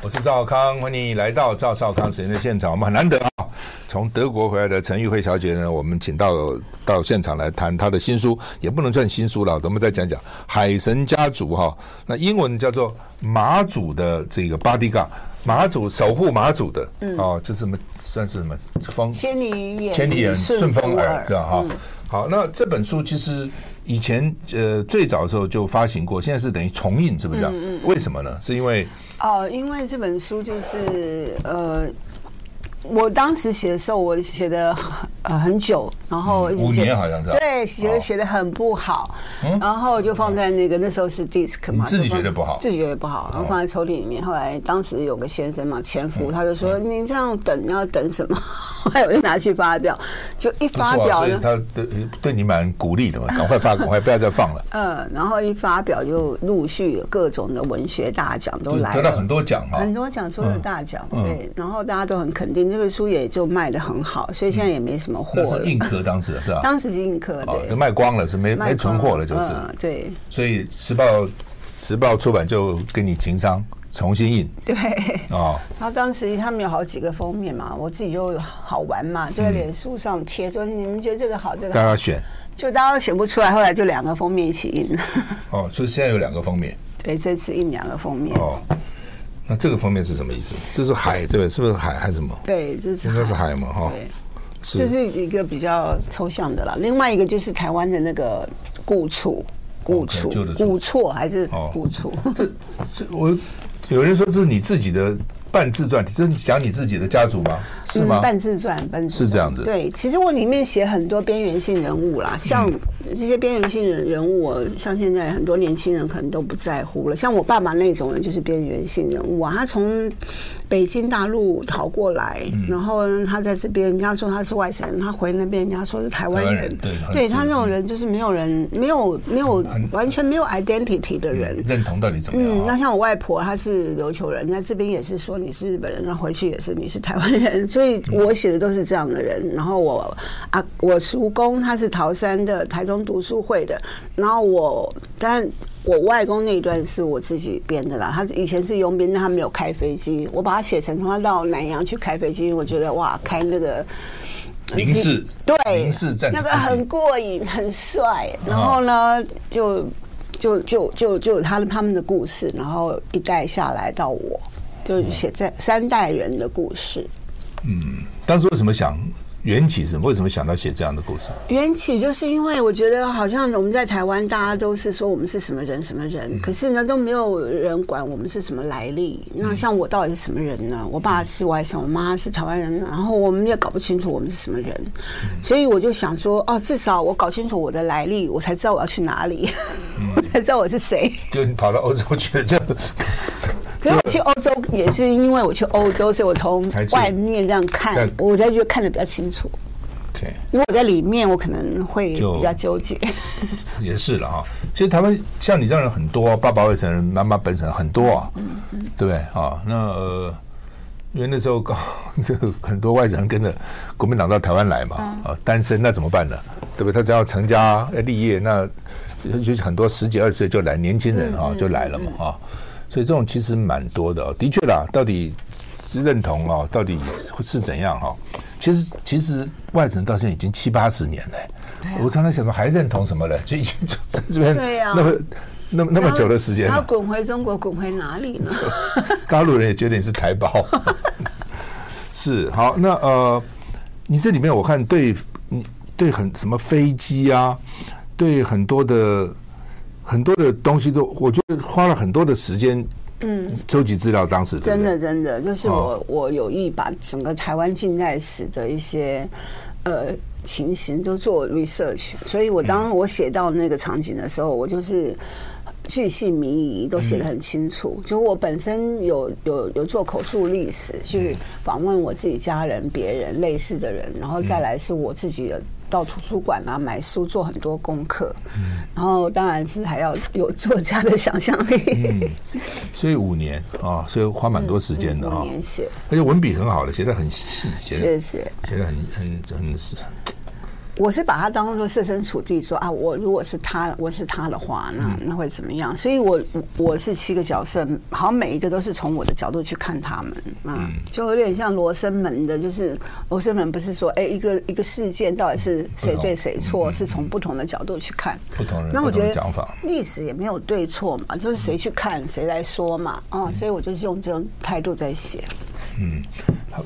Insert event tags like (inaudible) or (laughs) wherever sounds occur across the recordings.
我是赵少康，欢迎来到赵少康时间的现场。我们很难得啊，从德国回来的陈玉慧小姐呢，我们请到到现场来谈她的新书，也不能算新书了，我们再讲讲《海神家族》哈。那英文叫做马祖的这个 bodyguard，马祖守护马祖的，哦，这是什么算是什么风千里眼，千里眼顺风耳，嗯是是吧？哈、好，那这本书其实以前呃最早的时候就发行过，现在是等于重印，是不是这样？为什么呢？是因为哦，因为这本书就是呃，我当时写的时候，我写的呃很久，然后一直嗯五写年好像是吧对，写哦嗯的写的很不好，然后就放在那个那时候是 disc 嘛，你自己就放觉得不好哦自己觉得不好，然后放在抽屉里面。后来当时有个先生嘛，前夫嗯他就说你这样等要等什么？ (laughs) 后来我就拿去发表，就一不发错、啊，表所以呢。他对对你蛮鼓励的嘛，赶快 (laughs) 发，赶快不要再放了，嗯，然后一发表就陆续有各种的文学大奖都来得了到，很多奖啊哈、很多讲座嗯的大奖，对，然后大家都很肯定这个书也就卖的很好，所以现在也没什么货那是了。硬壳当时是吧？当时是硬科哦，的都，卖光了，是没卖光没存货了，就是。嗯对 (laughs) 所以时报时报出版就跟你情商重新印对。哦，然后当时他们有好几个封面嘛，我自己就好玩嘛，就在嗯脸书上贴说你们觉得这个好，这个大好，家选就大家都选不出来，后来就两个封面一起印， (laughs) 哦，所以现在有两个封面。对，这次印两个封面，哦，那这个封面是什么意思？这是海，对不对？是不是海还是什么？对，这次应该是海嘛，哈、对。就是是一个比较抽象的啦。另外一个就是台湾的那个故厝，故 OK，厝哦旧的，厝古厝还是哦故厝？这这我有人说这是你自己的半自传体，这是讲你自己的家族吗？是吗嗯？半自传，半自传是嗯这样子对，其实我里面写很多边缘性人物啦，像这些边缘性人人物，我像现在很多年轻人可能都不在乎了。像我爸爸那种人就是边缘性人物啊，他从北京大陆逃过来，嗯然后呢他在这边，人家说他是外省人，他回那边人家说是台湾台湾人人，对嗯很对他自那种人就是没有人，没有没有完全没有 identity 的人，认同到底怎么嗯，样、那啊？像我外婆，她是琉球人，那这边也是说你是日本人，那回去也是你是台湾人， (laughs) 所以嗯我写的都是这样的人。然后我啊，我叔公他是桃山的台中读书会的，然后我但。我外公那一段是我自己编的啦，他以前是佣兵，但他没有开飞机，我把它写成他到南洋去开飞机，我觉得哇，开那个林氏对，林氏战那斗个机很过瘾，很帅。然后呢，就就就就就有他们他们的故事，然后一代下来到我，就写在三代人的故事。当时为什么想缘起是什么？为什么想到写这样的故事？缘起就是因为我觉得好像我们在台湾，大家都是说我们是什么人什么嗯人，可是呢都没有人管我们是什么来历。嗯那像我到底是什么人呢？我爸是外省，我妈是台湾人，然后我们也搞不清楚我们是什么人，嗯所以我就想说，哦，至少我搞清楚我的来历，我才知道我要去哪里，嗯 (laughs) 我才知道我是谁。就你跑到欧洲去了， (laughs) 就可是我去欧洲也是因为我去欧洲，所以我从才知外面这样看在，我才觉得看得比较清楚。 OK，如果我在里面，我可能会就比较纠结。也是了哈。其实台湾像你这样人很多、爸爸外省人，妈妈本省人很多啊，嗯对不对啊？那呃，因为那时候 (laughs) 刚这个很多外省人跟着国民党到台湾来嗯嘛，啊，单身那怎么办呢？对不对？他只要成家立业，那就是很多十几二十岁就来，年轻嗯人啊就来了嘛啊。所以这种其实蛮多的、哦，的确啦，到底认同哦，到底是怎样哈、哦？其实其实外省到现在已经七八十年了、我常常想说还认同什么了？就已经就在这边啊对呀那么那么那么久的时间然后了，滚回中国，滚回哪里呢？大陆人也觉得你是台胞， (laughs) 是好那呃，你这里面我看对你对很什么飞机啊，对很多的很多的东西都，我觉得花了很多的时间，嗯，收集资料，当时对哦真不对的，真的，就是我我有意把整个台湾近代史的一些呃情形都做 research，所以我当我写到那个场景的时候，我就是。巨细靡遗都写得很清楚，嗯就我本身有有有做口述历史，嗯去访问我自己家人、别人类似的人，然后再来是我自己的到图书馆啊买书做很多功课，嗯然后当然是还要有作家的想象嗯 (laughs) 力，所以五年啊，所以花蛮多时间的嗯五啊，年写，而且文笔很好的，写的很细，写的谢谢。写的很很很我是把他当做设身处地说啊，我如果是他，我是他的话，嗯那那会怎么样？所以我，我我是七个角色，好像每一个都是从我的角度去看他们，啊，嗯就有点像罗生门的，就是罗生门不是说，哎、一个一个事件到底是谁对谁错，是从不同的角度去看。嗯不同人那我觉不得同讲法历史也没有对错嘛，就是谁去看谁来说嘛，啊，嗯所以我就是用这种态度在写。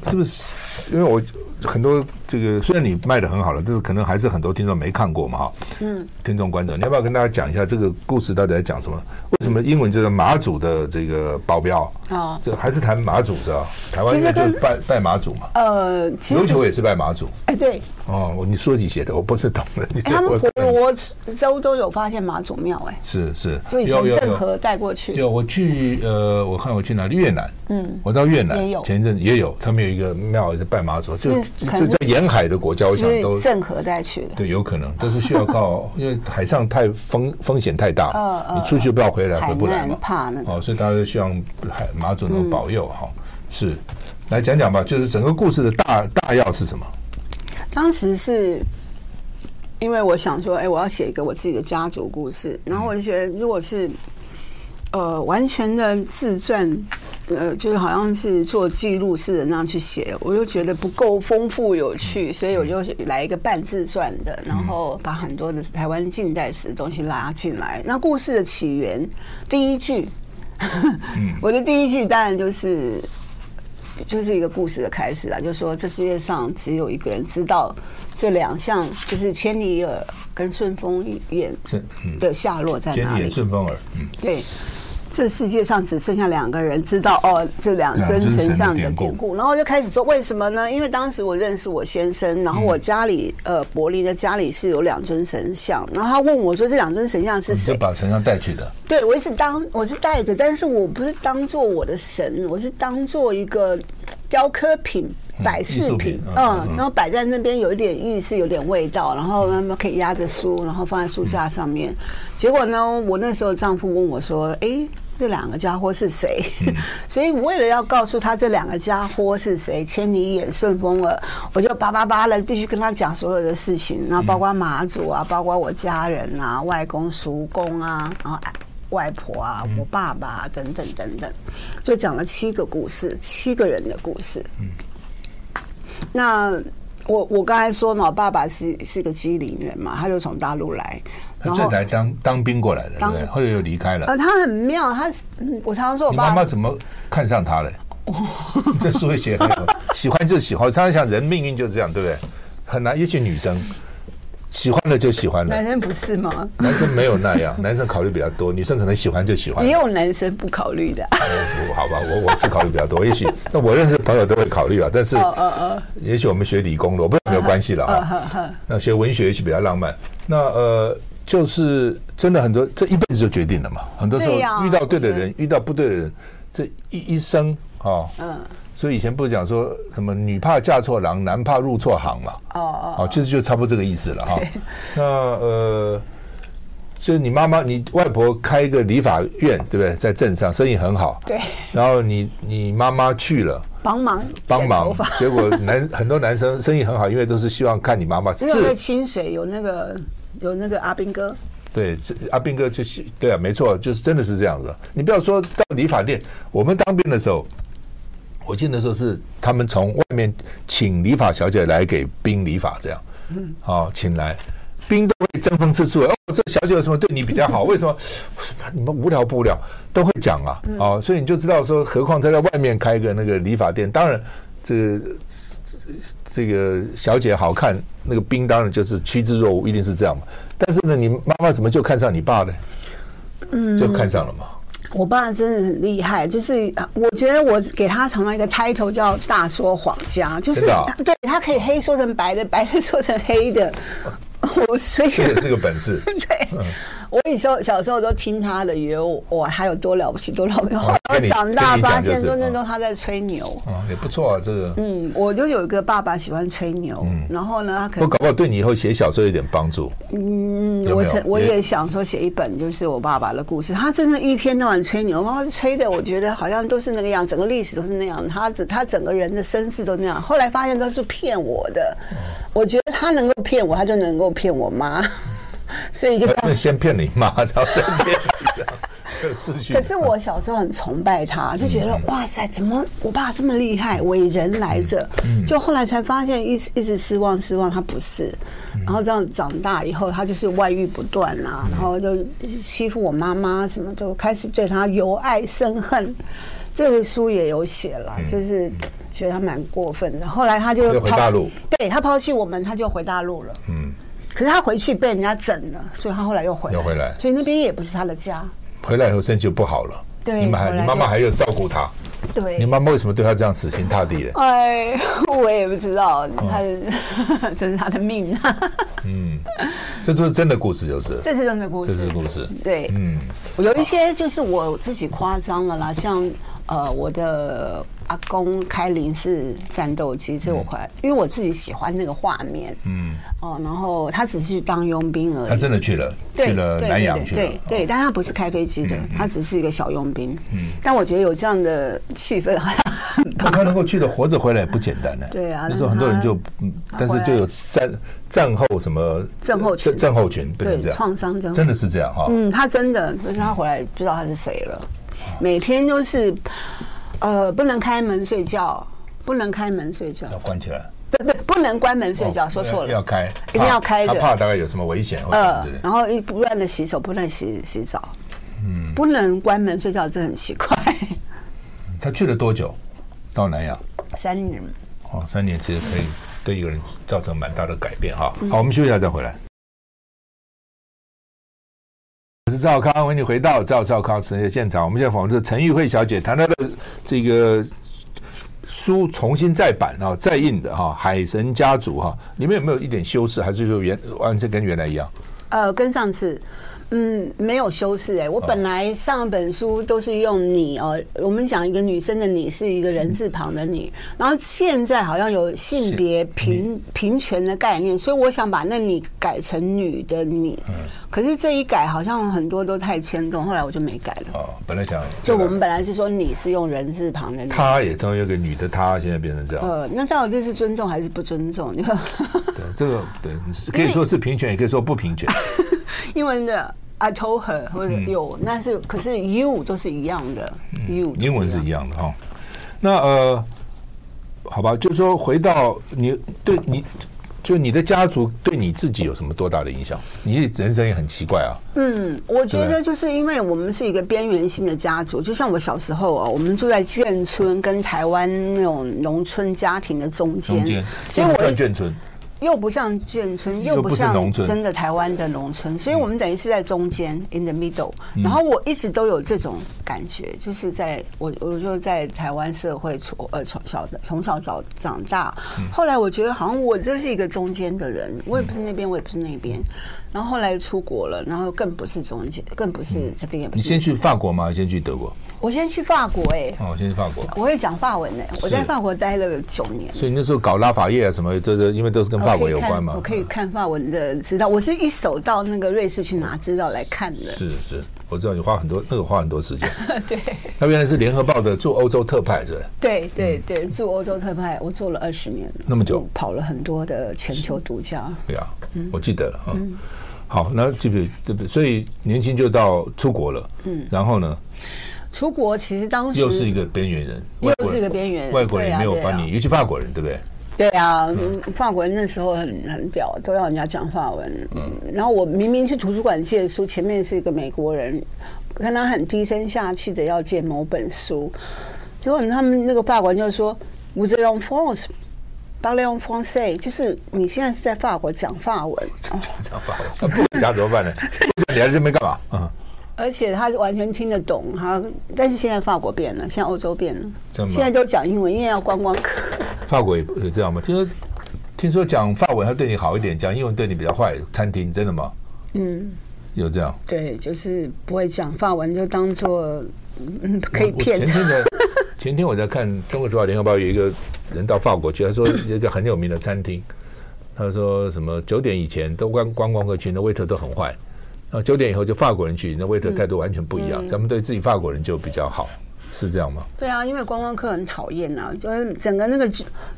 是不是？因为我很多这个虽然你卖的很好了，但是可能还是很多听众没看过嘛哈。嗯，听众观众，你要不要跟大家讲一下这个故事到底在讲什么？为什么英文就是马祖的这个保镖？哦这还是谈马祖是吧？台湾其应实该就是跟拜拜马祖嘛，呃，其琉实球也是拜马祖。哎，对，哦，我你说你写的，我不是懂的。你哎他们我婆罗洲都有发现马祖庙，哎，是是，就以前有有郑有和带过去。对，我去呃，我看我去哪里？越南，嗯，我到越南也有前一阵也有，他们有一个庙也是拜马祖，就那就可就能在沿海的国家，我想就都是郑和带去的，对，有可能，但是需要 (laughs) 靠，因为海上太风风险太大，嗯你出去不要回来，海回不来难嘛。怕嗯那个。哦，所以大家都希望海马祖能够保佑哈、是，来讲讲吧，就是整个故事的大大要是什么？当时是因为我想说，哎，我要写一个我自己的家族故事，然后我就觉得，如果是呃完全的自传，呃，就是好像是做记录式的那样去写，我就觉得不够丰富有趣，所以我就来一个半自传的，然后把很多的台湾近代史的东西拉进来。那故事的起源，第 (laughs) 一句，我的第一句当然就是就是一个故事的开始啊，就是说这世界上只有一个人知道这两项，就是千里耳跟顺风眼是，嗯，的下落在千哪里眼里。顺风耳，嗯，对，这世界上只剩下两个人知道哦，这两尊神啊两尊神的上的典故典故。然后就开始说为什么呢？因为当时我认识我先生，然后嗯我家里呃柏林的家里是有两尊神像，然后他问我说这两尊神像是你就谁？把神像带去的，对，我是当我是带着，但是我不是当做我的神，我是当做一个雕刻品、摆饰术品品，嗯嗯，然后摆在那边有一点意思，有点味道，然后他们可以压着书，然后放在书架上面。结果呢，我那时候丈夫问我说：“诶，这两个家伙是谁？” (laughs) 所以为了要告诉他这两个家伙是谁，千里眼、顺风耳，我就叭叭叭了，必须跟他讲所有的事情，然后包括马祖啊，包括我家人啊、外公、叔公啊，然后外婆啊、我爸爸、啊、等等等等，就讲了七个故事，七个人的故事。那我我刚才说嘛，我爸爸是是个机灵人嘛，他就从大陆来，他然这后才当当兵过来的，对当不对？后来又离开了。呃，他很妙，他是嗯我常常说我你爸妈妈怎么看上 (laughs) 他嘞？这书会写很有喜欢就喜欢，常常想人命运就是这样，对不对？很难，也许女生喜欢了就喜欢了男，生不是吗？男生没有那样，男生考虑比较多，女生可能喜欢就喜欢也。有男生不考虑的， (laughs) 我好吧，我我是考虑比较多，也许 (laughs) 那我认识的朋友都会考虑啊，但是哦哦哦，也许我们学理工的，我不知道有没有关系了啊。那学文学也许比较浪漫。那呃，就是真的很多，这一辈子就决定了嘛。很多时候对呀遇到对的我觉人，遇到不对的人，这一一生啊，嗯，所以以前不是讲说什么女怕嫁错郎，男怕入错行嘛？哦哦，哦，就是就差不多这个意思了哈。那呃，就是你妈妈，你外婆开一个理发院，对不对？在镇上生意很好。对，然后你你妈妈去了帮忙帮剪头忙发，结果男 (laughs) 很多男生生意很好，因为都是希望看你妈妈只有那个是，清水有那个有那个阿兵哥，对，是阿斌哥就是对啊，没错，就是真的是这样子。你不要说到理发店，我们当兵的时候。我记得那时候是他们从外面请理发小姐来给兵理发，这样，哦，请来，兵都会争风吃醋的。哦，这小姐有什么对你比较好？为什么你们无聊不无聊都会讲啊？哦，所以你就知道说，何况在在外面开一个那个理发店，当然这这个小姐好看，那个兵当然就是趋之若鹜，一定是这样嘛。但是呢，你妈妈怎么就看上你爸呢？就看上了嘛。我爸真的很厉害，就是我觉得我给他常常一个 title 叫“大说谎家”，就是真的啊他对他可以黑 (laughs) 说成白的，白的说成黑的。我所以这个这个本事， (laughs) 对，我以前小时候都听他的，以为我哇还有多了不起，多了不起。后哦来跟你长大跟你讲发就是现，说那嗯都他在吹牛。哦，也不错啊，这个。嗯，我就有一个爸爸喜欢吹牛，嗯然后呢，他可不，能搞不好对你以后写小说有点帮助。嗯有没有我曾我也也想说写一本就是我爸爸的故事，他真的一天到晚吹牛，然后吹的我觉得好像都是那个样，整个历史都是那样，他整他整个人的身世都那样。后来发现都是骗我的，我觉得他能够骗我，他就能够骗我妈， (laughs) 所以就是呃那先骗你妈，然后再骗你的，这个秩序。可是我小时候很崇拜他，就觉嗯得哇塞，怎么我爸这么厉害，伟人来着？嗯就后来才发现，一直一直失望失望，他不是。嗯然后这样长大以后，他就是外遇不断啊，然后就欺负我妈妈，什么就开始对他由爱生恨。这个书也有写了，就是觉得他蛮过分的。后来他就就嗯回抛大陆，对他抛弃我们，他就回大陆了。嗯。可是他回去被人家整了，所以他后来又回来，又回来所以那边也不是他的家。回来以后身体就不好了。对你们还回来你就妈妈还有照顾她，对，你妈妈为什么对她这样死心塌地的？哎，我也不知哦道，他的、这是他的 (laughs) 命啊，这都是真的故事，就是这是真的故这是事。故事。对，嗯，有一些就是我自己夸张了啦，像呃，我的阿公开零式战斗机，这我嗯快，因为我自己喜欢那个画面，嗯，哦，然后他只是去当佣兵而她已，真的去了，对去了对南对洋对去对了。哦嗯对，但他不是开飞机的，他只是一个小佣兵，嗯，但我觉得有这样的气氛好像很棒但她能够去了活着回来也不简单呢。 (laughs) 对啊那时候很多人就，嗯她但是回来就有战战后什么症候群症候群不能对这样，创伤症候群真的是这样哈。嗯，他真的就是他回来不知道他是谁了，每天都是，呃，不能开门睡觉，不能开门睡觉，要关起来，哦不不不能关门睡觉，说错要了，开，一定要开她着怕大概有什么危险或者什么呃之类，的。然后一不断的洗手，不断地洗洗澡，嗯，不能关门睡觉，这很奇怪， (laughs) 呃她去了多久？到南洋？三年。哦，三年其实可以对一个人造成蛮大的改变哈。嗯好，我们休息一下再回来。我是赵康，欢迎你回到赵少康实验现场。我们现在访问的是陈玉慧小姐，谈她的这个书重新再版啊，再印的哈，《海神家族》哈，里面有没有一点修饰，还是就原完全跟原来一样？呃，跟上次，嗯，没有修饰哎、我本来上本书都是用你哦、我们讲一个女生的你是一个人字旁的你，然后现在好像有性别平平权的概念，所以我想把那你改成女的你，可是这一改好像很多都太牵动，后来我就没改了。哦，本来想就我们本来是说你是用人字旁的你，她也都有个女的她，现在变成这样。呃，那到底是尊重还是不尊重？ (laughs) 就对，这个对，可以说是平权，也可以说不平权。英文的 I told her 啊或者嗯有，那是可是 you 都是一样的，you 都英文是样一样的哈、那呃，好吧，就是说回到你对你，就你的家族对你自己有什么多大的影响？你人生也很奇怪啊，嗯，我觉对得就是因为我们是一个边缘性的家族，就像我小时候哦，我们住在眷村跟台湾那种农村家庭的中中间间，所以不算我嗯眷村，又不像眷村，又又不不是像农村嗯真的台湾的农村，所以我们等于是在中间 in the middle。然后我一直都有这种感觉，就是在我我就在台湾社会从呃从小从小长长大，嗯后来我觉得好像我就是一个中间的人，我也不是那边，我也不是那边。然后后来出国了，然后更不是中间，更不是这边，也不嗯你先是。去法国吗？还是先去德国？我先去法国，哎，哦，先去法国。我会讲法文哎，我在法国待了九年。所以那时候搞拉法叶啊什么，这这因为都是跟法国有关嘛。哦嗯我可以看我可以看法文的资料，我是一手到那个瑞士去拿资料来看的。是是，我知道你花很多那个花很多时间。 (laughs) 对那原来是联合报的驻欧洲特派，是吧？对对对，驻欧洲特派，我做了二十年，嗯那么久我跑了很多的全球独家。对啊，嗯我记得了啊。好，那这个对不对？所以年轻就到出国了，嗯，然后呢？出国其实当时又是一个边缘人，又外国是一人个边缘人外国人也对啊没有对啊帮你，尤其法国人，对不 (laughs) 对？对啊，嗯法国人那时候很很屌，都要人家讲法文。嗯然后我明明去图书馆借书，前面是一个美国人，看他很低声下气的要借某本书，结果他们那个法国人就说 w u s e en France。巴雷用 français，就是你现在是在法国讲法文，哦这样吧，那不讲怎么办呢？ (laughs) 不讲你还是没干嘛？ (laughs) 嗯，而且他完全听得懂他，但是现在法国变了，现在欧洲变了真，的吗现在都讲英文，因为要观光客。法国也也这样吗？听说听说讲法文他对你好一点，讲英文对你比较坏，餐厅真的吗？嗯，有这样。对，就是不会讲法文，就当做嗯可以我骗前他。天的前天我在看《中国时报》《联合报》有一个人到法国去，他 (laughs) 说有一个很有名的餐厅，他说什么九点以前都观观光客去，那 waiter 都很坏。然后九点以后就法国人去，那嗯 waiter 态度完全不一样。咱们对自己法国人就比较好，是这样吗？对啊，因为观光客很讨厌呐，就是整个那个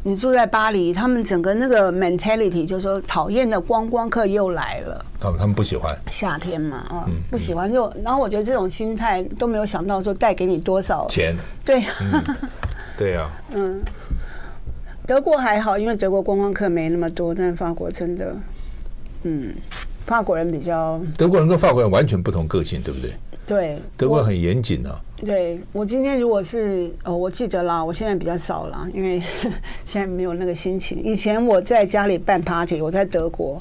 你住在巴黎，他们整个那个 mentality 就是说讨厌的观光客又来了。他们他们不喜欢。夏天嘛，啊、嗯不喜欢就，然后我觉得这种心态都没有想到说带给你多少，钱，对，嗯 (laughs) 嗯对啊，德国还好，因为德国观光客没那么多，但法国真的，嗯，法国人比较德国人跟法国人完全不同个性，对不对？对，德国我人很严谨啊，对我今天如果是哦，我记得啦，我现在比较少啦，因为 (laughs) 现在没有那个心情。以前我在家里办 party，我在德国，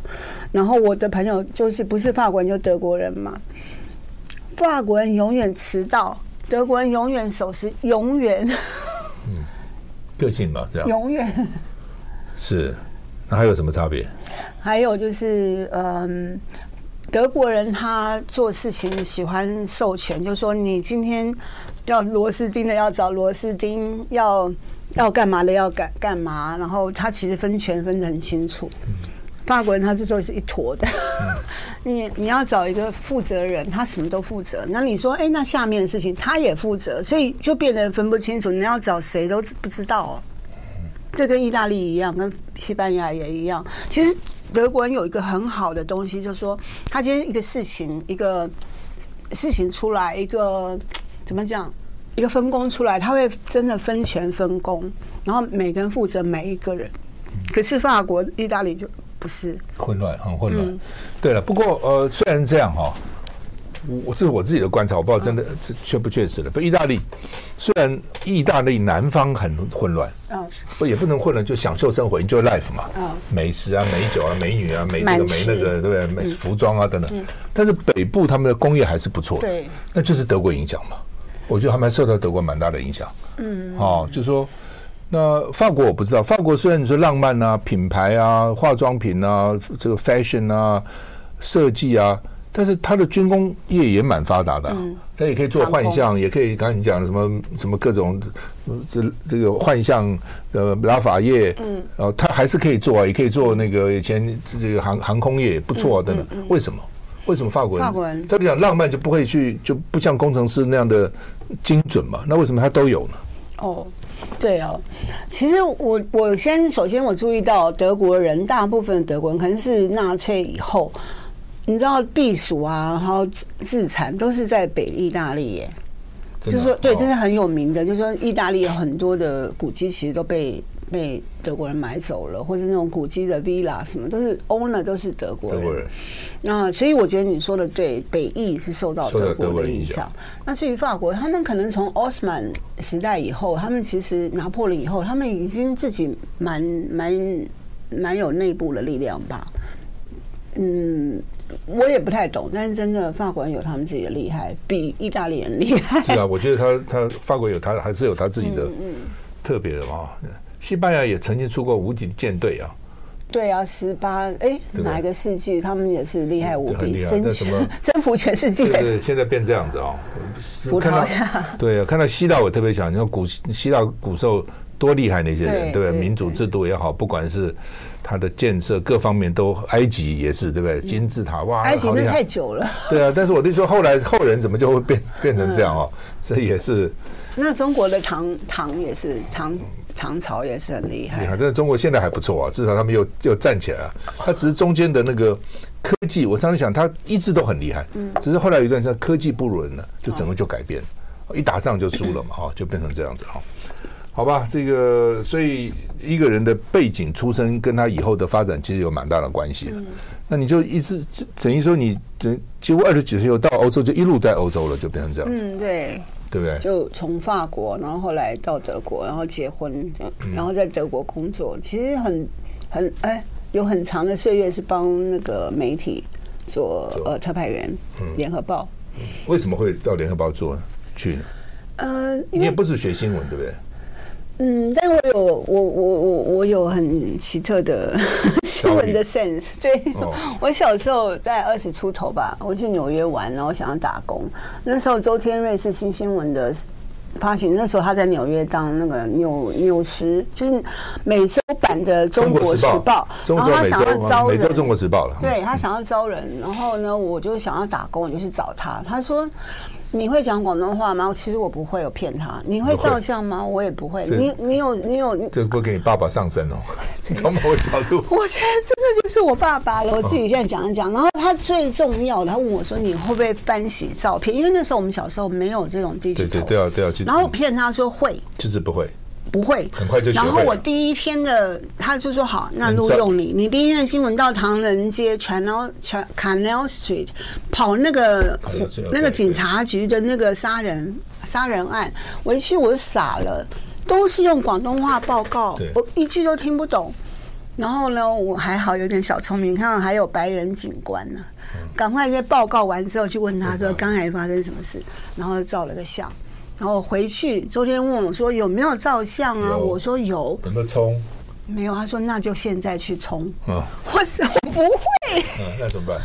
然后我的朋友就是不是法国人就德国人嘛，法国人永远迟到，德国人永远守时，永远 (laughs) 个性嘛，这样永远。是。那还有什么差别？还有就是，嗯，德国人他做事情喜欢授权，就说你今天要螺丝钉的要找螺丝钉，要要干嘛的要干干嘛，然后他其实分权分得很清楚。法国人他是说是一坨的， (laughs) 你你要找一个负责人，他什么都负责。那你说，哎、那下面的事情他也负责，所以就变得分不清楚，你要找谁都不知道、哦。这跟意大利一样，跟西班牙也一样。其实德国人有一个很好的东西，就是说他今天一个事情，一个事情出来，一个怎么讲，一个分工出来，他会真的分权分工，然后每个人负责每一个人。可是法国、意大利就不是，混乱，很混嗯乱。对了，不过呃，虽然这样哈、我我这是我自己的观察，我不知道真的这确不确实的。不，意大利虽然意大利南方很混乱，嗯，不也不能混乱，就享受生活，你就 life 嘛嗯，美食啊、美酒啊、美女啊、美这个满美吃嗯那个，对不对？美服装啊等等。但是北部他们的工业还是不错的，对那就是德国影响嘛。我觉得他们还受到德国蛮大的影响，嗯，哦，就说。那法国我不知道，法国虽然你说浪漫啊、品牌啊、化妆品啊、这个 fashion 啊、设计啊，但是它的军工业也蛮发达的、啊，它也可以做航空幻象，也可以刚才你讲的什么什么各种呃这这个幻象，呃，拉法叶，嗯，呃，它还是可以做啊，也可以做那个以前这个航航空业也不错啊，等等，为什么？为什么法国人？法国人照理讲浪漫就不会去，就不像工程师那样的精准嘛？那为什么他都有呢？哦，对哦，其实我我先首先我注意到德国人，大部分德国人可能是纳粹以后，你知道避暑啊，然后自自残都是在北意大利耶，真就的是说对，哦这是很有名的，就是说意大利有很多的古迹其实都被被德国人买走了，或是那种古迹的 villa 什么都是 owner 都是德国哦德人。国人。那所以我觉得你说的对，北意是受到受到德德国国的的影影响响。那至于法国，他们可能从奥斯曼时代以后，他们其实拿破仑以后，他们已经自己蛮蛮蛮有内部的力量吧。嗯，我也不太懂，但是真的法国人有他们自己的厉害，比意大利人厉害。是啊，我觉得他他法国有他还是有他自己嗯的特别的嘛。西班牙也曾经出过无敌舰队啊， (laughs) 对啊，十八哎，对哪一个世纪他们也是厉害无对很厉比，害争那取什么 (laughs) 征服全世对界。对，现在变这样子啊。 (laughs) 葡萄看到牙对啊，看到希腊我特别想，你说古希腊古时候多厉害那些人，对对不对？对民主制度也好，不管是它的建设各方面都，埃及也是对不对？金字塔哇，嗯埃及好那厉太害。久了。对啊，但是我就说后来后人怎么就会变变成这样哦？这也是。那中国的唐唐也是唐唐朝也是很厉你害，看，但是中国现在还不错啊，至少他们又又站起来了。它只是中间的那个科技，我常常想，它一直都很厉害，只是后来有一段时间科技不如人了，就整个就改变了，一打仗就输了嘛，哈， (coughs) 就变成这样子哈。好吧，这个所以一个人的背景、出身跟他以后的发展其实有蛮大的关系的。那你就一直就等于说你等几乎二十几岁后到欧洲就一路在欧洲了，就变成这样子，嗯，对，对不对？就从法国，然后后来到德国，然后结婚，嗯然后在德国工作，其实很很哎，有很长的岁月是帮那个媒体做做呃特派员，联合报，为什么会到联合报做呢？去呢？呃，因你也为不是学新闻，对不对？嗯，但我有我我我我有很奇特 (laughs) 的新闻的 sense。对 (laughs) 哦，我小时候在二十出头吧，我去纽约玩，然后想要打工。那时候周天瑞是新新闻的发行，那时候他在纽约当那个纽纽时，就是美洲版的《中国时报》，中然国后时报他想要招美人啊洲，中国时报了。对他想要招人，然后呢，我就想要打工，我就去找他。他说：“你会讲广东话吗？”其实我不会，我骗他。你会不会照相吗？我也不会。这你你有你有，这不会给你爸爸上 (laughs) 身哦，从某个角度，我现在真的就是我爸爸了。我自己现在讲一讲，然后他最重要的，他问我说：“你会不会翻洗照片？”因为那时候我们小时候没有这种地对址对头。对啊对啊，就然后我骗他说会，就是不会，不会，很快就学然会了后我第一天的，他就说好，那录用你。你第一天的新闻到唐人街 Canal Canal Street 跑那个 Canal Street，那个对警察局的那个杀人杀人案，我一去我就傻了，都是用广东话报告对，我一句都听不懂。然后呢，我还好有点小聪明，看到还有白人警官呢、嗯赶快在报告完之后去问他说刚才发生什么事，然后照了个相，然后回去周天问我说有没有照相啊？有我说有，有没有冲？没有。他说那就现在去冲。 (laughs) 嗯我是我不会。嗯，那怎么办？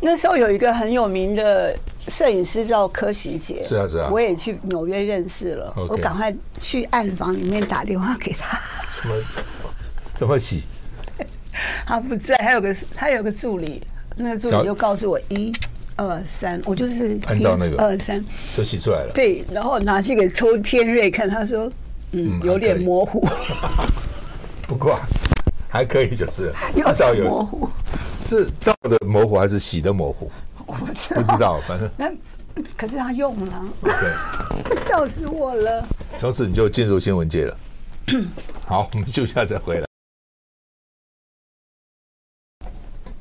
那时候有一个很有名的摄影师叫柯喜杰，是啊是啊我也去纽约认识了， OK 我赶快去暗房里面打电话给他，怎么怎么洗？他不在，还有个他有个助理，那个助小理就告诉我一。二三，我就是按照那个二三，就洗出来了。对，然后拿去给周天瑞看，他说，嗯嗯，有还点可以模糊，不过啊还可以，就是至有少点模有糊，是照的模糊还是洗的模糊？我不知不道。知道，反正那可是他用了，对。 (laughs) 笑死我了。从此你就进入新闻界了。好，我们休息一下再回来。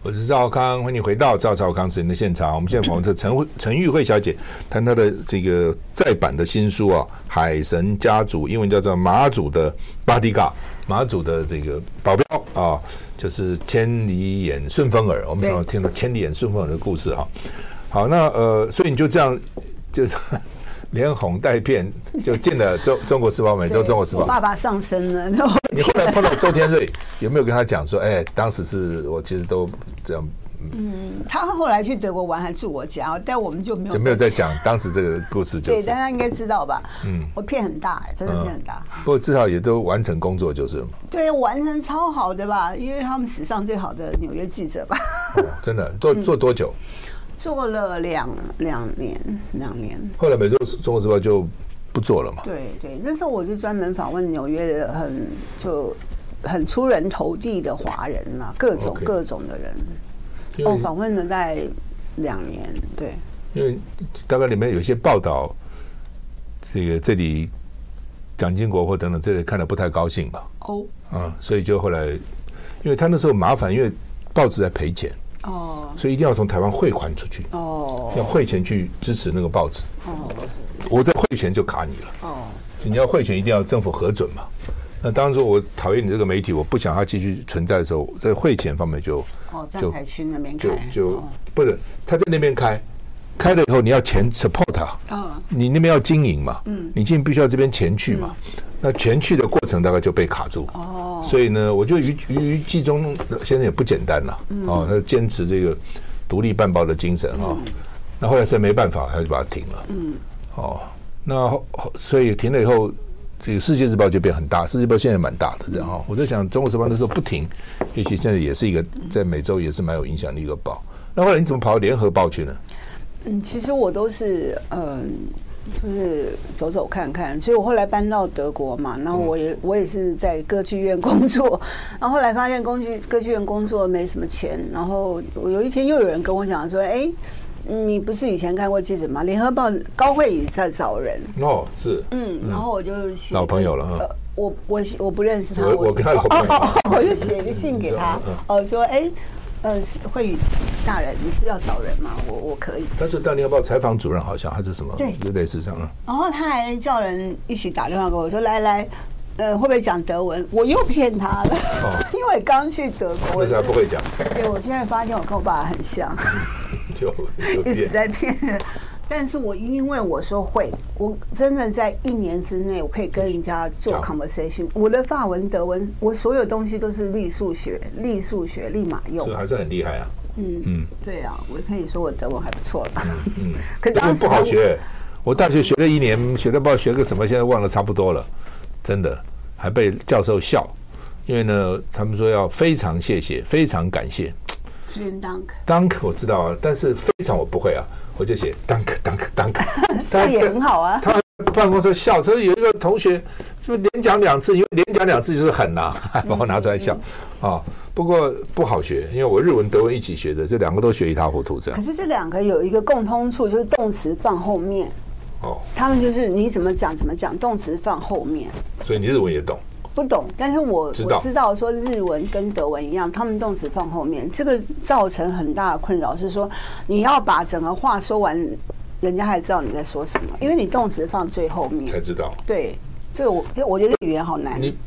我是赵少康，欢迎你回到赵少康时间的现场。我们现在访问的陈慧陈玉慧小姐谈她的这个再版的新书啊，《海神家族》，英文叫做《马祖的巴迪嘎》，马祖的这个保镖啊，就是千里眼顺风耳。我们对常常听到千里眼顺风耳的故事哈、好，那呃，所以你就这样就是 (laughs) 连哄带骗，就进了中中国时报、美洲中国时我报。爸爸上身了，然后你后来碰到周天瑞， (laughs) 有没有跟他讲说，哎，当时是我其实都这样，他后来去德国玩，还住我家，但我们就没有就没有在讲当时这个故事，就对，是嗯大。家应该知道吧？嗯，我骗很大、真的骗很大。不过至少也都完成工作就是了嘛，对，完成超好的吧，因为他们史上最好的纽约记者吧，真的做嗯做多久？做了两两年，两年。后来美洲中国时报就不做了嘛。对对，那时候我就专门访问纽约的很就很出人头地的华人啦，各种 OK 各种的人。因我为访问了大概两年，对，因为大概里面有一些报道，这个这里蒋经国或等等这类看了不太高兴吧。哦啊，所以就后来，因为他那时候麻烦，因为报纸在赔钱，哦所以一定要从台湾汇款出去，哦要汇钱去支持那个报纸。哦我在汇钱就卡你了，哦，你要汇钱一定要政府核准嘛。那当时我讨厌你这个媒体，我不想它继续存在的时候，在汇钱方面就哦，就站台区那边就开，就不是他在那边开，开了以后你要钱 support 他，嗯你那边要经营嘛，你进必须要这边前去嘛，那前去的过程大概就被卡住，嗯哦所以呢，我觉得于于于季中先生也不简单了，嗯哦，他坚持这个独立办报的精神啊，那后来实在没办法，他就把它停了，嗯哦，那后后所以停了以后。这个《世界日报》就变很大，《世界日报》现在蛮大的，这嗯样哈、哦。我在想，《中国时报》那时候不停，也许现在也是一个在美洲也是蛮有影响力的一个报。那后来你怎么跑到《联合报》去呢？嗯，其实我都是嗯。就是走走看看，所以我后来搬到德国嘛，然后嗯我也我也是在歌剧院工作，然后后来发现工剧歌剧院工作没什么钱，然后我有一天又有人跟我讲说，哎、你不是以前看过记者吗？联合报高慧宇在找人，哦，是，嗯，然后我就写老朋友了啊呃，我我我不认识他，我我跟他老朋友嗯哦哦哦我就写一个信给他，哦说哎，呃，是慧宇大人，你是要找人吗？我我可以。当时《大联报》采访主任好像还是什么，对就类似这样啊。然后他还叫人一起打电话给我说来来，呃，会不会讲德文？我又骗他了，哦 (laughs) 因为刚去德国，那时候还不会讲， (laughs) 对我现在发现我跟我爸很像， (laughs) 就有一直点在骗人。但是我因为我说会，我真的在一年之内，我可以跟人家做好 conversation。我的法文、德文，我所有东西都是立数学、立数学、立马用所以。还是很厉害啊。嗯嗯，对啊，我可以说我德文还不错了。嗯， (laughs) 可德当文时不好学，我大学学了一年，学的不知道学个什么，现在忘了差不多了，真的还被教授笑，因为呢，他们说要非常谢谢，非常感 (laughs) 谢。连 dunk， Dunk 我知道啊，但是非常我不会啊，我就写 Dunk Dunk Dunk， (laughs) 这也很好啊。他办公室笑，所以有一个同学就连讲两次，因为连讲两次就是狠呐、还把我拿出来笑啊。不过不好学，因为我日文、德文一起学的，这两个都学一塌糊涂这样可。是这两个有一个共通处，就是动词放后面，哦，他们就是你怎么讲怎么讲，动词放后面。所以你日文也懂，不懂，但是我知道我知道说日文跟德文一样，他们动词放后面，这个造成很大的困扰是说，你要把整个话说完，人家还知道你在说什么，因为你动词放最后才面。知道。对，这个我我觉得语言好难。你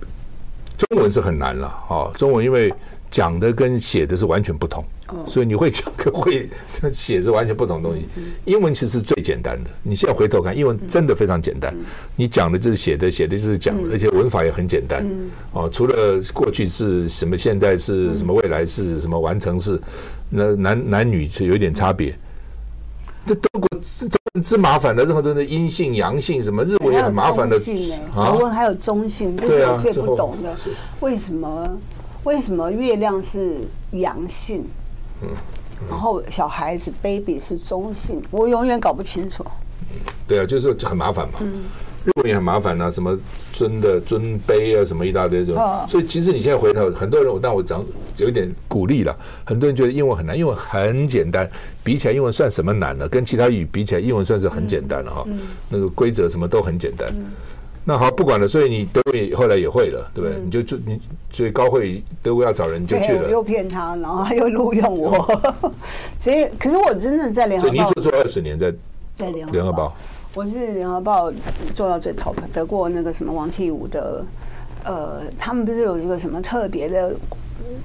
中文是很难了哦，中文因为讲的跟写的是完全不同，哦所以你会讲跟会 (laughs) 写是完全不同的东西。英文其实是最简单的，你现在回头看，英文真的非常简嗯单，你讲的就是写的，写的就是讲的，而且文法也很简单。嗯哦，除了过去式、什么现在式、什么未来式、什么完成式，那男男女是有一点差别。这德国这这这麻烦的，任何都是阴性、阳性什么，日文也很麻烦的哎还有中性欸呢啊德。文还有中性，这对是啊我最最不后懂的是。为什么为什么月亮是阳性，嗯然后小孩子 baby 是中性？我永远搞不清楚。对啊，就是很麻烦嘛。嗯日本也很麻烦啊，什么尊的尊卑啊，什么一大堆这种。哦所以其实你现在回头，很多人，但我讲有一点鼓励了，很多人觉得英文很难，英文很简单，比起来英文算什么难呢？跟其他语比起来，英文算是很简单了哈。嗯那个规则什么都很简单。那好，不管了，所以你德文也后来也会了，对不对？你就就你所以高会德国要找人你就去嗯对，哎我又了，嗯骗他，然后他又录用我， (laughs) 所以可是我真的在联所合以你报就，做二十年在在联合联合报，我是联合报做到最 top，得过那个什么王替武的，呃，他们不是有一个什么特别的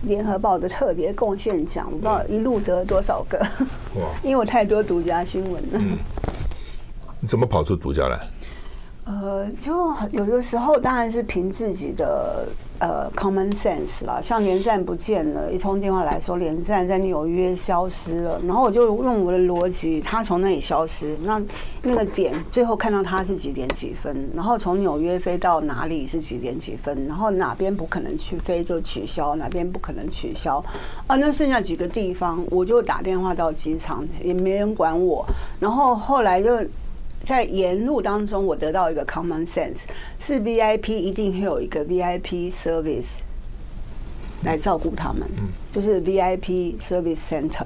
联合报的特别贡献奖，我不知道一路得多少个， (laughs) 哇，因为我太多独家新闻了。你怎么跑出独家来？呃，就很有的时候当然是凭自己的呃 common sense 啦，像连战不见了，一通电话来说连战在纽约消失了，然后我就用我的逻辑，他从那里消失，那那个点最后看到他是几点几分，然后从纽约飞到哪里是几点几分，然后哪边不可能去飞就取消，哪边不可能取消，啊，那剩下几个地方我就打电话到机场，也没人管我，然后后来就。在沿路当中，我得到一个 common sense，是 VIP 一定会有一个 VIP service 来照顾他们，就是 VIP service center。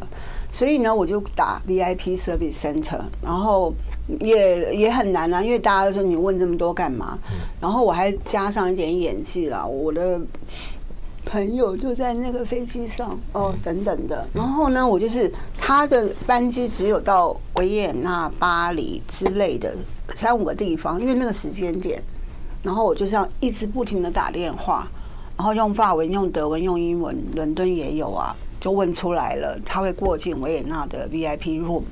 所以呢，我就打 VIP service center，然后也也很难啊，因为大家都说你问这么多干嘛？然后我还加上一点演技啦，我的朋友就在那个飞机上哦，等等的。然后呢，我就是他的班机只有到维也纳、巴黎之类的三五个地方，因为那个时间点。然后我就这样一直不停的打电话，然后用法文、用德文、用英文，伦敦也有啊，就问出来了，他会过境维也纳的 VIP room。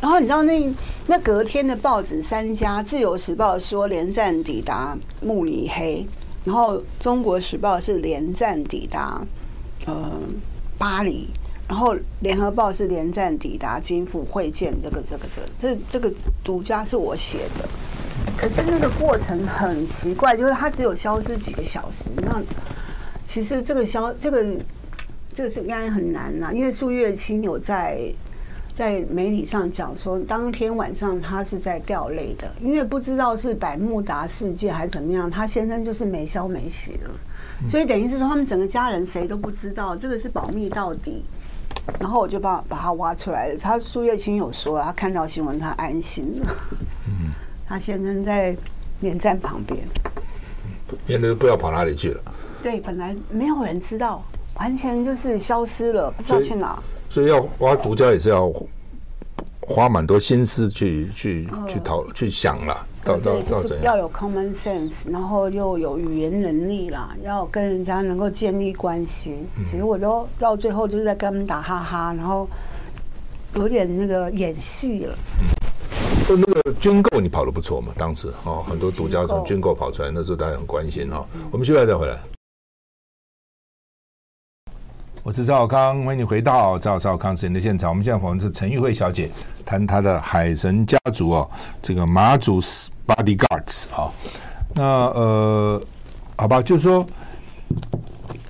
然后你知道那那隔天的报纸三家，《自由时报》说连战抵达慕尼黑，然后《中国时报》是连战抵达呃巴黎，然后《联合报》是连战抵达金府会见，这个这个这个这这个独家是我写的。可是那个过程很奇怪，就是它只有消失几个小时。那其实这个消这个这个是应该很难啦、因为苏月清有在在媒体上讲说，当天晚上他是在掉泪的，因为不知道是百慕达事件还是怎么样，他先生就是没消没息了，嗯所以等于是说他们整个家人谁都不知道，这个是保密到底。然后我就把把他挖出来了。他苏月清有说，啊他看到新闻，他安心了。嗯他先生在连站旁边。别人都不知道跑哪里去了。对，本来没有人知道，完全就是消失了，不知道所以去哪。所以要挖独家也是要花蛮多心思去去去讨去想了，到到对，到就是怎要样？有 common sense，然后又有语言能力啦，要跟人家能够嗯建立关系。其实我都到最后就是在跟他们打哈哈，然后有点那个演戏了。就那个军购，你跑得不错嘛，当时哦，很多独家从军购跑出来，那时候大家很关心哈、哦。我们休息再回来。我是赵康，欢迎你回到赵少康时间的现场。我们现在访问的是陈玉慧小姐，谈她的海神家族哦，这个马祖 Bodyguards 啊、哦。那呃，好吧，就是说，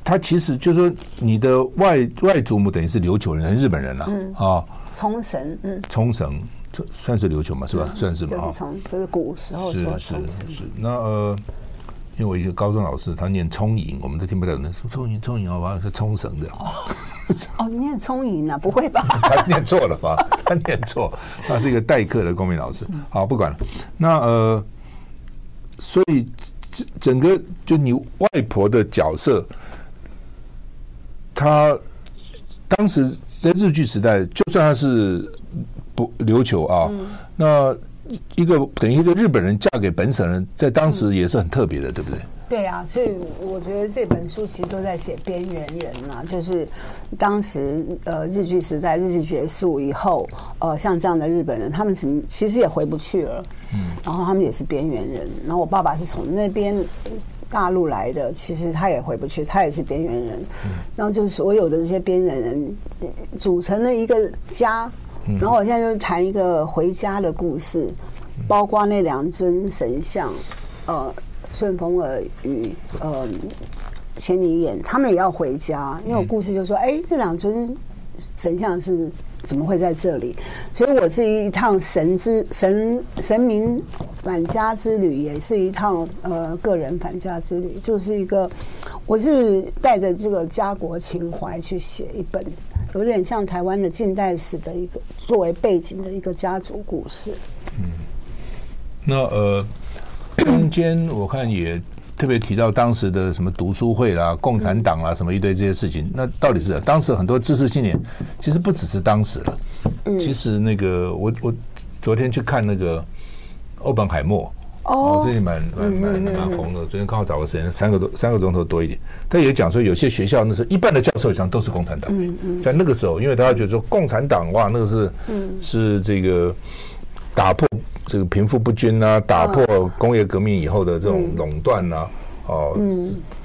他其实就是说你的外外祖母等于是琉球人，日本人啦、啊，哦，冲绳，嗯，冲绳这算是琉球嘛，是吧？算是吧，就是哦从就是古时候是说是冲绳。是。那呃，因为我一个高中老师，他念冲营，我们都听不了那说冲营冲营，好吧，哦是冲绳的，哦，你很聪明啊，不会吧？ (laughs) 他念错了吧？他念错，他是一个代课的公民老师。好，不管了。那呃，所以这整个就你外婆的角色，她当时在日剧时代，就算她是不琉球啊，那一个等于一个日本人嫁给本省人，在当时也是很特别的，对不对？对啊，所以我觉得这本书其实都在写边缘人啊，就是当时呃日据时代，日据结束以后，呃像这样的日本人，他们什么其实也回不去了，嗯，然后他们也是边缘人。然后我爸爸是从那边呃大陆来的，其实他也回不去，他也是边缘人。然后就是所有的这些边缘人呃组成了一个家，然后我现在就谈一个回家的故事，包括那两尊神像，呃。顺风耳与呃千里眼，他们也要回家，因为我故事就说，哎、这两尊神像是怎么会在这里？所以我是一趟神之神神明返家之旅，也是一趟呃个人返家之旅，就是一个我是带着这个家国情怀去写一本。有点像台湾的近代史的一个作为背景的一个家族故事，那呃，中间我看也特别提到当时的什么读书会啦、共产党啦，什么一堆这些事情。那到底是当时很多知识青年，其实不只是当时了。其实那个我我昨天去看那个欧本海默。哦最近蛮蛮蛮蛮红的。昨天刚好找个时间，三个多三个钟头多一点。他也讲说，有些学校那时候一半的教授以上都是共产党。嗯嗯。在那个时候，因为大家觉得说共产党哇，那个是是这个打破这个贫富不均啊，打破工业革命以后的这种垄断啊，哦，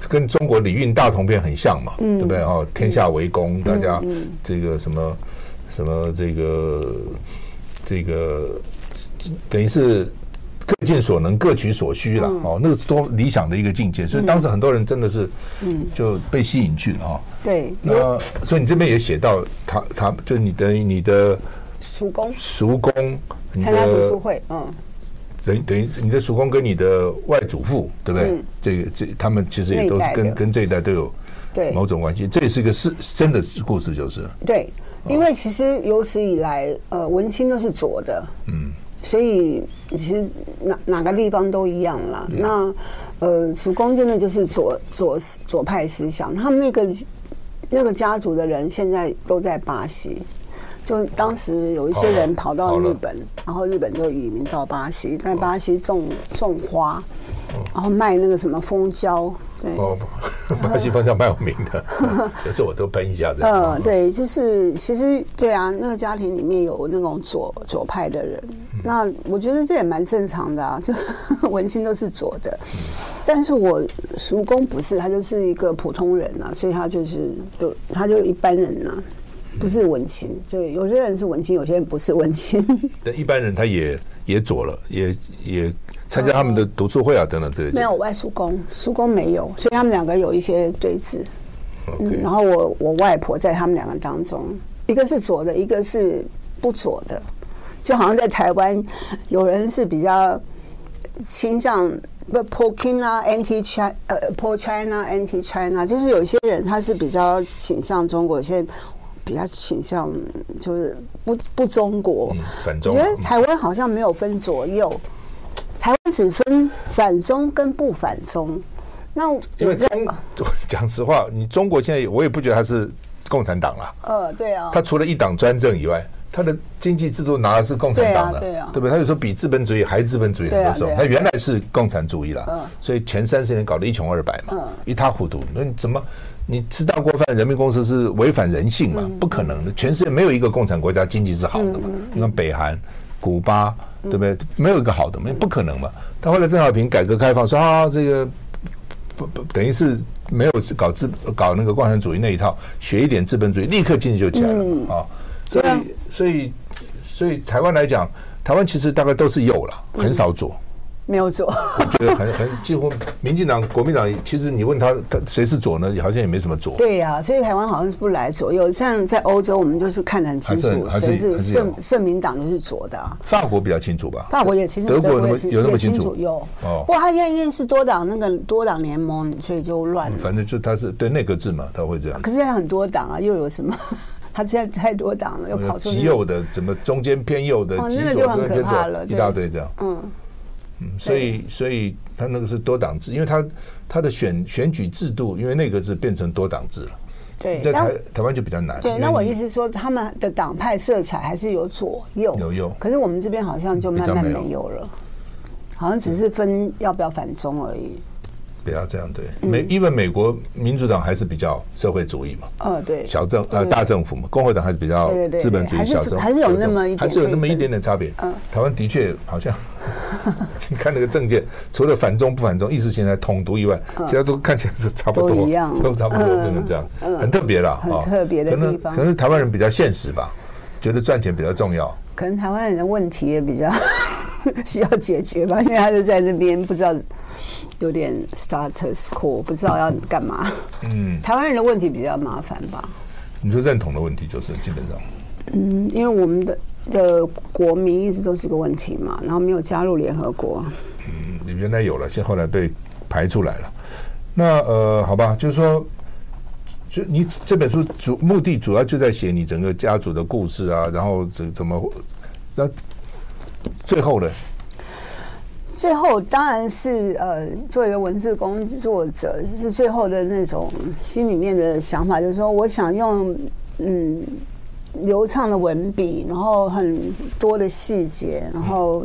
跟中国礼运大同篇很像嘛，对不对？哦，天下为公，大家这个什么什么这个这个，等于是。各尽所能，各取所需啦。哦，那个是多理想的一个境界，所以当时很多人真的是，就被吸引去了啊、哦。对，那所以你这边也写到他，他就是你的你的叔公叔公，你参加读的书会，嗯，等于等于你的叔公跟你的外祖父，对不对？嗯这个这他们其实也那一都是代的跟跟这一代都有对，某种关系，这也是一个事，真的是故事，就是对，因为其实有史以来，呃，文青都是左的，嗯，所以其实哪哪个地方都一样啦。嗯那呃，主公真的就是左左左派思想，他们那个那个家族的人现在都在巴西。就当时有一些人跑哦好了到哦日本，然后日本就移民到巴西，在巴西种种花，然后卖那个什么蜂胶，对，哦， (laughs) 巴西方向蛮有名 (laughs) 的，有时候我都喷一下的。呃，对，就是其实对啊，那个家庭里面有那种左左派的人，那我觉得这也蛮正常的啊，就 (laughs) 文青都是左的，但是我叔公不是，他就是一个普通人啊，所以他就是就他就一般人啊，不是文青，就有些人是文青，有些人不是文青，但一般人他也也左了，也也参加他们的读书会啊等等之类的。嗯没有我外叔公，叔公没有，所以他们两个有一些对峙，嗯， OK，然后我我外婆在他们两个当中，一个是左的，一个是不左的，就好像在台湾，有人是比较倾向不 pro China anti China 呃 pro China anti China，就是有些人他是比较倾向中国，有些比较倾向就是不不中国。嗯反我中觉啊。得台湾好像没有分左右，台湾只分反中跟不反中。那我因为在中 (laughs) 讲实话，你中国现在我也不觉得他是共产党啦，呃对啊，他除了一党专政以外，他的经济制度拿的是共产党的，对啊对啊不对？他有时候比资本主义还资本主义很多时候，对啊对啊他原来是共产主义啦，嗯所以前三十年搞得一穷二白嘛，嗯一塌糊涂。那你怎么？你吃大锅饭，人民公社是违反人性嘛？嗯不可能的，全世界没有一个共产国家经济是好的嘛。你看北韩、古巴，嗯对不对？没有一个好的嘛，不可能嘛。但后来邓小平改革开放说啊，这个不不等于是没有搞资搞那个共产主义那一套，学一点资本主义，立刻经济就起来了嘛啊。所以嗯对啊所以所以台湾来讲，台湾其实大概都是有了，嗯很少左。没有做，觉得很很几乎，民进党、国民党，其实你问他，他谁是左呢？好像也没什么左。 (laughs) 对呀、所以台湾好像是不来左右。像在欧洲，我们就是看得很清楚，还是还谁是是还是圣有圣民党就是左的、啊。法国比较清楚吧？法国也清楚，德国有那也么清有那么也清清楚？有。哦不过他因为是多党那个多党联盟，所以就乱了。反正就他是对内阁制嘛，他会这样。可是现在很多党啊，又有什么？ (laughs) 他现在太多党了，又跑出那哦极个右的，怎么中间偏右的，哦极那个左就很中间可偏怕左了，一对大堆这样。嗯所以所以他那个是多党制，因为他他的选选举制度，因为内阁制变成多党制了，对，在但台台湾就比较难。因对，为那我你意思是说，他们的党派色彩还是有左右，有右可是我们这边好像就慢比慢较没有没有了，好像只是分要不要反中而已。不要这样对。嗯美因为美国民主党还是比较社会主义嘛，呃，对，小政呃大政府嘛，共和党还是比较对对对资本主还义是小政府，还是有那么一点嗯还是有那么可以一分点点差别。台湾的确好像， (laughs) 你看那个政见，除了反中不反中、意识形态统独以外，其他都看起来是差不多，嗯都一样嗯都差不多，变成这样，很特别啦，很啊特别的可能地方可能是台湾人比较现实吧，觉得赚钱比较重要。可能台湾人的问题也比较 (laughs) 需要解决吧，因为他就在那边不知道有点 status quo，不知道要干嘛。嗯，台湾人的问题比较麻烦吧，你说认同的问题，就是基本上嗯，因为我们的的国民一直都是个问题嘛，然后没有加入联合国。嗯原来有了，现在后来被排出来了。那呃，好吧，就是说，就你这本书主目的主要就在写你整个家族的故事啊，然后怎怎么，那最后呢，最后当然是呃，作为一个文字工作者，就是最后的那种心里面的想法，就是说我想用嗯流畅的文笔，然后很多的细节，然后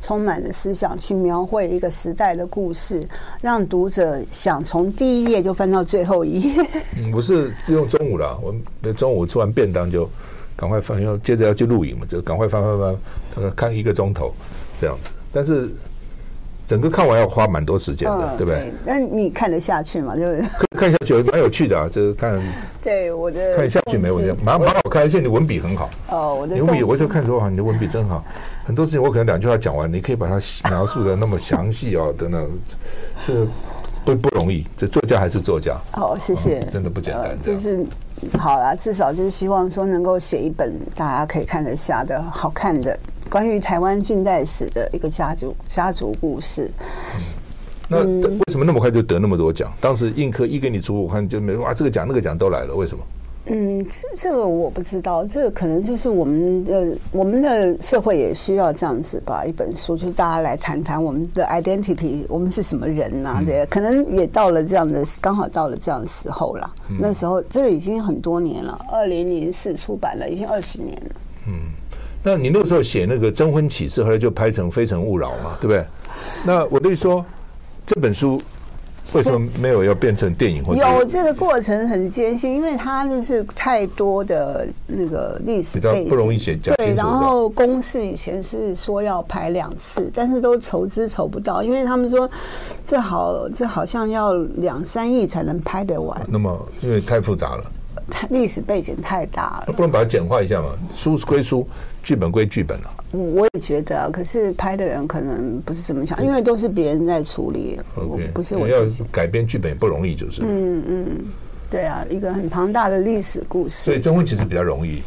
充满了思想去描绘一个时代的故事，让读者想从第一页就翻到最后一页。嗯我是用中午了，我们中午吃完便当就赶快翻，因为接着要去录影嘛，就赶快翻翻翻，大概看一个钟头这样子。但是整个看完要花蛮多时间的，对不对？？嗯那你看得下去嘛？就是看下去蛮有趣的啊，就是看 (laughs) 对我的看下去没问题，蛮蛮好看，而且你文笔很好。哦，我嗯的你文笔，动我就机看说啊，你的文笔真 (laughs) 好，很多事情我可能两句话讲完，你可以把它细描述的那么详细哦，等等，这个不不容易，这作家还是作家，好，谢谢、嗯真的不简单呃这就样是好啦，至少就是希望说能够写一本大家可以看得下的好看的关于台湾近代史的一个家族家族故事。那嗯为什么那么快就得那么多奖？当时映客一给你出，我看就没啊哇，这个奖那个奖都来了，为什么？嗯，这这个我不知道，这个可能就是我们的我们的社会也需要这样子吧，一本书就大家来谈谈我们的 identity，我们是什么人嗯呐、对，可能也到了这样的，刚好到了这样的时候啦。嗯那时候这个已经很多年了，二零零四出版了，已经二十年了。那你那个时候写那个《征婚启事》，后来就拍成《非诚勿扰》嘛，对不对？那我对说，这本书为什么没有要变成电影或者有这个过程很艰辛，因为它就是太多的那个历史比较背景不容易写讲对，清楚然的后公司以前是说要排两次，但是都筹资筹不到，因为他们说这好这好像要两三亿才能拍得完，那么因为太复杂了，它历史背景太大了。那不能把它简化一下嘛？书是归书，剧本归剧本啊。我我也觉得啊，可是拍的人可能不是这么想，因为都是别人在处理，我 OK，不是我要自己。嗯改编剧本也不容易，就是。对啊，一个很庞大的历史故事所。以征婚其实比较容 (laughs) 易，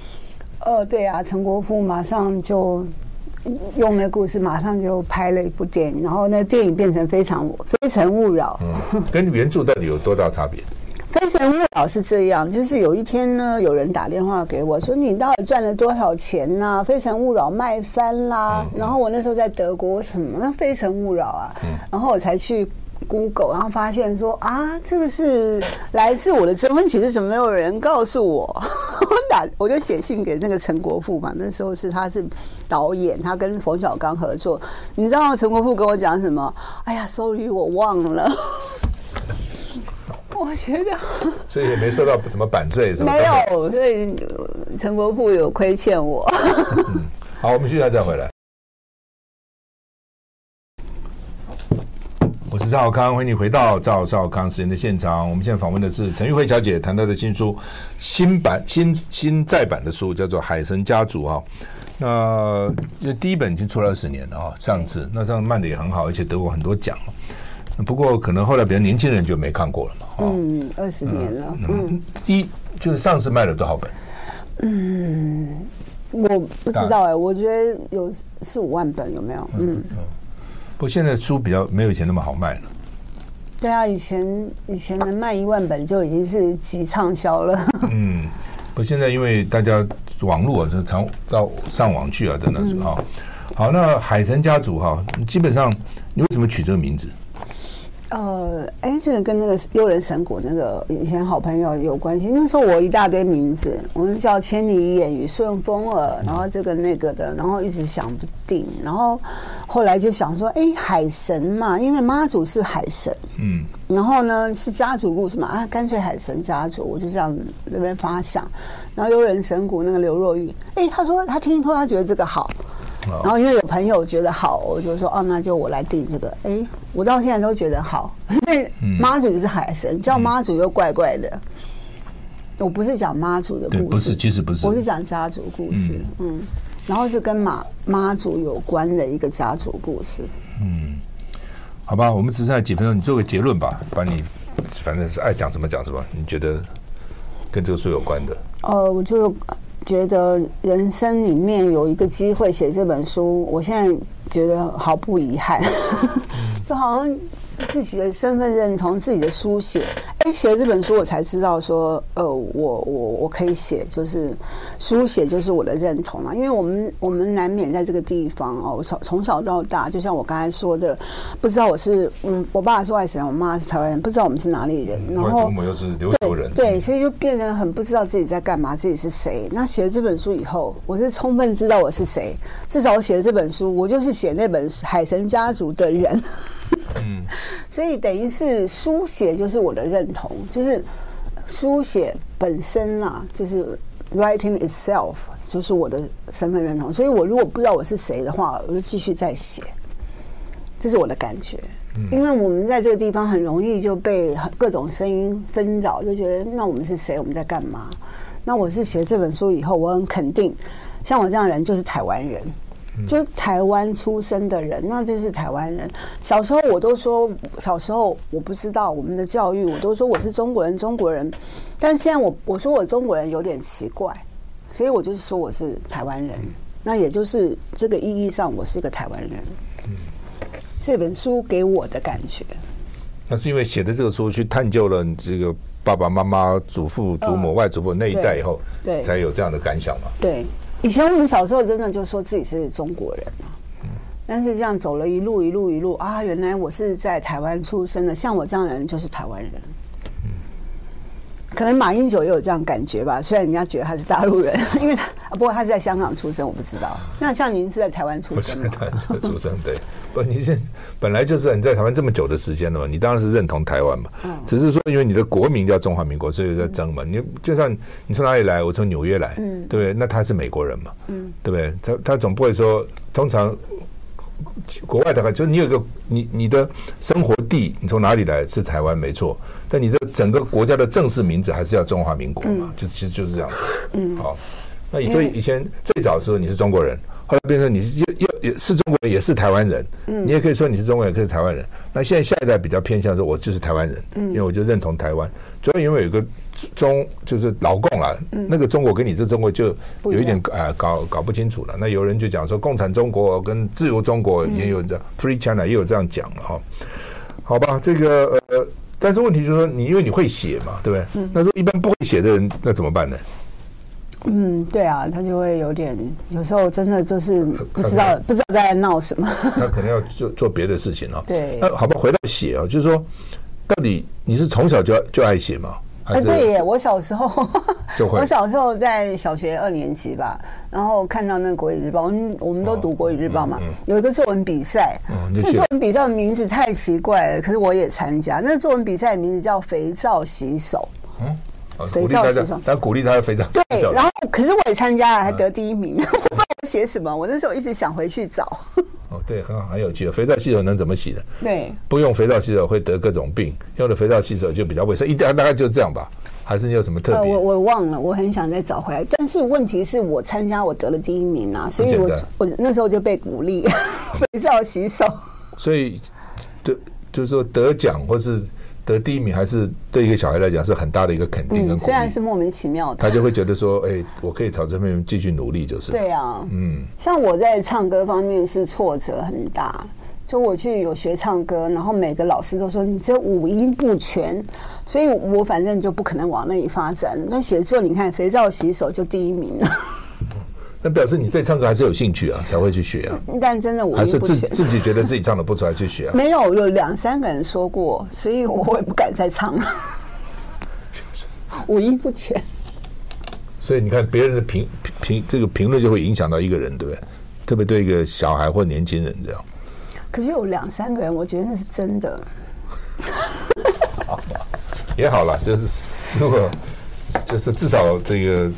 呃，对啊，陈国富马上就嗯用那故事，马上就拍了一部电影，然后那电影变成非常非诚勿扰。嗯，跟原著到底有多大差别？非诚勿扰是这样，就是有一天呢，有人打电话给我说：“你到底赚了多少钱呐、非诚勿扰卖翻啦。然后我那时候在德国，我什么那非诚勿扰啊？然后我才去 Google，然后发现说啊，这个是来自我的征婚启事，怎么没有人告诉我？ (laughs) 我打我就写信给那个陈国富嘛，那时候是他是导演，他跟冯小刚合作。你知道陈国富跟我讲什么？哎呀，sorry，我忘了。 (laughs) 我觉得所以也没受到什么版税什么。没。有，所以呃陈国富有亏欠我。好，我们休息一下再回来。我是赵少康，欢迎你回到赵少康时间的现场。我们现在访问的是陈玉慧小姐谈到的新书，新版新新再版的书叫做《海神家族》哈、那因为第一本已经出了二十年了啊、上次那这样卖的也很好，而且得过很多奖哦。不过可能后来比较年轻人就没看过了嘛。哦，嗯， (laughs) 二十年了。嗯，第一就是上次卖了多少本？我不知道哎、我觉得有四五万本有没有？嗯，不过现在书比较没有以前那么好卖了。对啊，以前以前能卖一万本就已经是极畅销了。嗯，不，现在因为大家网络啊，就常到上网去啊，等等嗯啊。好，那海神家族哈、基本上你为什么取这个名字？呃，哎，这个跟那个幽人神谷那个以前好朋友有关系。那时候我一大堆名字，我是叫千里眼与顺风耳，然后这个那个的，然后一直想不定，然后后来就想说，哎，海神嘛，因为妈祖是海神，嗯，然后呢是家族故事嘛，啊，干脆海神家族，我就这样那边发想。然后幽人神谷那个刘若玉，哎，他说他听说他觉得这个好，哦然后因为有朋友觉得好，我就说哦，那就我来定这个。哎，我到现在都觉得好，嗯因为妈祖是海神，叫妈祖又怪怪的。我不是讲妈祖的故对，事，不是，其实不是，我是讲家族故事，嗯然后是跟马妈祖有关的一个家族故事。好吧？我们只剩下几分钟，你做个结论吧，把你反正是爱讲什么讲什么，你觉得跟这个书有关的，呃，我就觉得人生里面有一个机会写这本书，我现在觉得毫不遗憾，嗯 (laughs) 就好像自己的身份认同、自己的书写。哎，写了这本书，我才知道说，呃，我我我可以写，就是书写就是我的认同啊了。因为我们我们难免在这个地方哦，我从从小到大，就像我刚才说的，不知道我是嗯，我爸是外省人，我妈是台湾人，不知道我们是哪里人，然嗯外后祖母又是琉球对人，对，所以就变得很不知道自己在干嘛，自己是谁。那写了这本书以后，我是充分知道我是谁，至少我写了这本书，我就是写那本《海神家族》的人。 (laughs) 所以等于是书写就是我的认同，就是书写本身啊，就是 writing itself 就是我的身份认同。所以我如果不知道我是谁的话，我就继续再写，这是我的感觉。因为我们在这个地方很容易就被各种声音纷扰，就觉得那我们是谁，我们在干嘛？那我是写这本书以后，我很肯定，像我这样的人就是台湾人。就是台湾出生的人，那就是台湾人。小时候我都说，小时候我不知道我们的教育，我都说我是中国人，中国人。但现在我我说我中国人有点奇怪，所以我就是说我是台湾人。那也就是这个意义上，我是一个台湾人。这本书给我的感觉，那是因为写的这个书去探究了你这个爸爸妈妈、祖父、祖母、外祖父那一代以后，对对才有这样的感想嘛。对，以前我们小时候真的就说自己是中国人啊，但是这样走了一路一路一路啊，原来我是在台湾出生的，像我这样的人就是台湾人。可能马英九也有这样感觉吧，虽然人家觉得他是大陆人， (laughs) 因为他啊不过他是在香港出生，我不知道。那像您是在台湾出不生是吗？台湾出生，对，不，你现本来就是你在台湾这么久的时间了嘛，你当然是认同台湾嘛，只是说因为你的国名叫中华民国，所以在争嘛。你就算你从哪里来，我从纽约来，对不对？那他是美国人嘛，对不对？他他总不会说，通常国外大概就是你有一个你你的生活地，你从哪里来是台湾没错，但你的整个国家的正式名字还是叫中华民国嘛，就其实就是这样子。嗯，好，那你所以以前最早的时候你是中国人，后来变成你是又又也是中国人，也是台湾人，你也可以说你是中国人，也可以是台湾人。那现在下一代比较偏向说，我就是台湾人，因为我就认同台湾。主要因为有一个中就是老共啦，那个中国跟你这中国就有一点啊搞搞不清楚了。那有人就讲说，共产中国跟自由中国也有这样 free China 也有这样讲了哈。好吧，这个呃，但是问题就是说，你因为你会写嘛，对不对？那如果一般不会写的人，那怎么办呢？嗯，对啊，他就会有点，有时候真的就是不知他道不知道在闹什么。那可能要做做别的事情了、哦对那好吧，回到写啊，就是说，到底你是从小就就爱写吗？还是哎对耶，我小时候 (laughs) 就会我小时候在小学二年级吧，然后看到那个国语日报，我们我哦们都读国语日报嘛，有一个作文比赛，嗯那就个去作文比赛的名字太奇怪了，可是我也参加。那个作文比赛的名字叫“肥皂洗手嗯，哦肥鼓励皂大洗家手，他鼓励他的肥皂”，洗手嗯对，然后可是我也参加了，还得第一 (laughs) 名，我不知道写什么，我那时候一直想回 (laughs) 去找。哦，对，很好，很有趣哦。肥皂洗手能怎么洗的？对，不用肥皂洗手会得各种病，用了肥皂洗手就比较卫生，一大大概就这样吧。还是你有什么特呃，我别？我忘了，我很想再找回来，但是问题是我参加我得了第一名啊，所以我很简单我那时候就被鼓励 (laughs) 肥皂洗手。所以得就是说得奖或是得第一名，还是对一个小孩来讲是很大的一个肯定跟嗯，鼓虽然励。是莫名其妙的，他就会觉得说，哎，我可以朝这方面继续努力，就是。对啊，嗯，像我在唱歌方面是挫折很大。就我去有学唱歌，然后每个老师都说你这五音不全，所以我反正就不可能往那里发展。那写作你看，肥皂洗手就第一名 (laughs) 了，那表示你对唱歌还是有兴趣啊，才会去学啊，但真的五还是音不自全。自己觉得自己唱的不出来去 (laughs) 学啊？没有，有两三个人说过，所以我也不敢再唱 (laughs) 了。五音不全，所以你看别人的评评评这个评论就会影响到一个人，对不对？特别对一个小孩或年轻人这样。可是有两三个人，我觉得那是真的。也好了，就是如果就是至少这个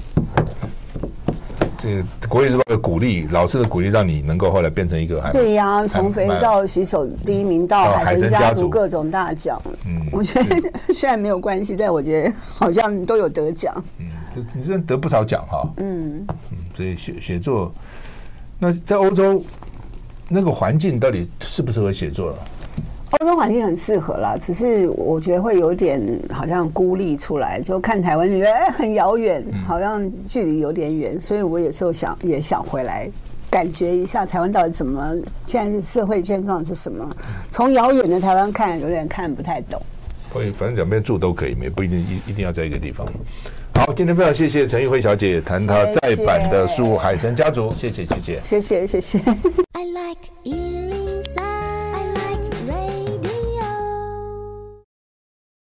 这个国语日报的鼓励，老师的鼓励，让你能够后来变成一个还对呀、从肥皂洗手第一名到到海海神神家家族嗯族各种大奖，我觉得虽然没有关系，但我觉得好像都有得奖。嗯，这你真的得不少奖哈。嗯嗯，所以写写作，那在欧洲那个环境到底适不适合写作啊了？欧洲环境很适合啦，只是我觉得会有点好像孤立出来，就看台湾就觉得哎很遥远，好像距离有点远，所以我有时候想也想回来。感觉一下台湾到底怎么，现在社会现状是什么？从遥远的台湾看，有点看不太懂。可以，反正两边住都可以，没不一定一一定要在一个地方。好，今天非常谢谢陈玉慧小姐谈她再版的书《海神家族》，谢谢谢谢。谢谢，谢谢。